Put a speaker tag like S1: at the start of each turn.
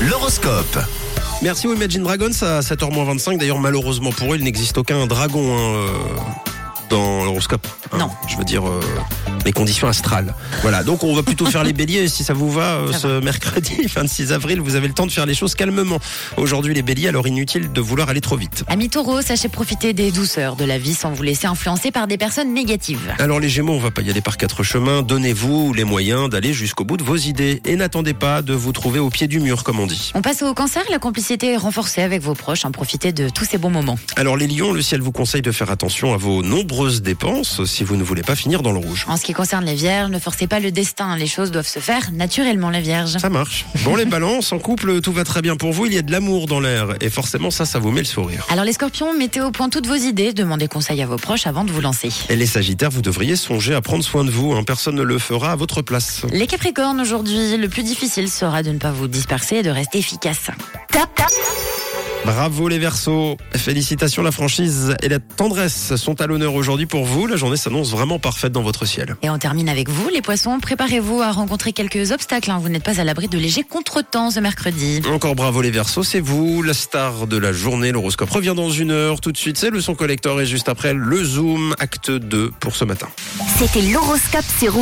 S1: L'horoscope.
S2: Merci aux Imagine Dragons à 7h25. D'ailleurs, malheureusement pour eux, il n'existe aucun dragon hein, euh, dans l'horoscope. hein.
S3: Non.
S2: Je veux dire, euh, les conditions astrales. Voilà, donc on va plutôt faire les béliers si ça vous va. euh,
S3: Ça
S2: ce mercredi 26 avril, vous avez le temps de faire les choses calmement. Aujourd'hui, les béliers, alors inutile de vouloir aller trop vite.
S3: Amis taureaux, sachez profiter des douceurs de la vie sans vous laisser influencer par des personnes négatives.
S2: Alors les Gémeaux, on va pas y aller par quatre chemins. Donnez-vous les moyens d'aller jusqu'au bout de vos idées et n'attendez pas de vous trouver au pied du mur, comme on dit.
S3: On passe au cancer, la complicité est renforcée avec vos proches, en profitez de tous ces bons moments.
S2: Alors les lions, le ciel vous conseille de faire attention à vos nombreuses dépenses si vous ne voulez pas finir dans le rouge.
S3: En ce qui concerne les vierges, ne forcez pas le destin, les choses doivent se faire naturellement les vierges.
S2: Ça marche. Bon, les balances, en couple, tout va très bien pour vous. Il y a de l'amour dans l'air. Et forcément, ça, ça vous met le sourire.
S3: Alors les scorpions, mettez au point toutes vos idées, demandez conseil à vos proches avant de vous lancer.
S2: Et les sagittaires, vous devriez songer à prendre soin de vous. hein. Personne ne le fera à votre place.
S3: Les capricornes, aujourd'hui, le plus difficile sera de ne pas vous disperser et de rester efficace. Tap, tap.
S2: Bravo les Verseaux. Félicitations, la franchise et la tendresse sont à l'honneur aujourd'hui pour vous. La journée s'annonce vraiment parfaite dans votre ciel.
S3: Et on termine avec vous, les poissons. Préparez-vous à rencontrer quelques obstacles. hein. Vous n'êtes pas à l'abri de légers contretemps ce mercredi.
S2: Encore bravo les Verseaux, c'est vous, la star de la journée. L'horoscope revient dans une heure. Tout de suite, c'est le son collector et juste après, le Zoom, acte 2 pour ce matin.
S4: C'était l'horoscope sur Rouge.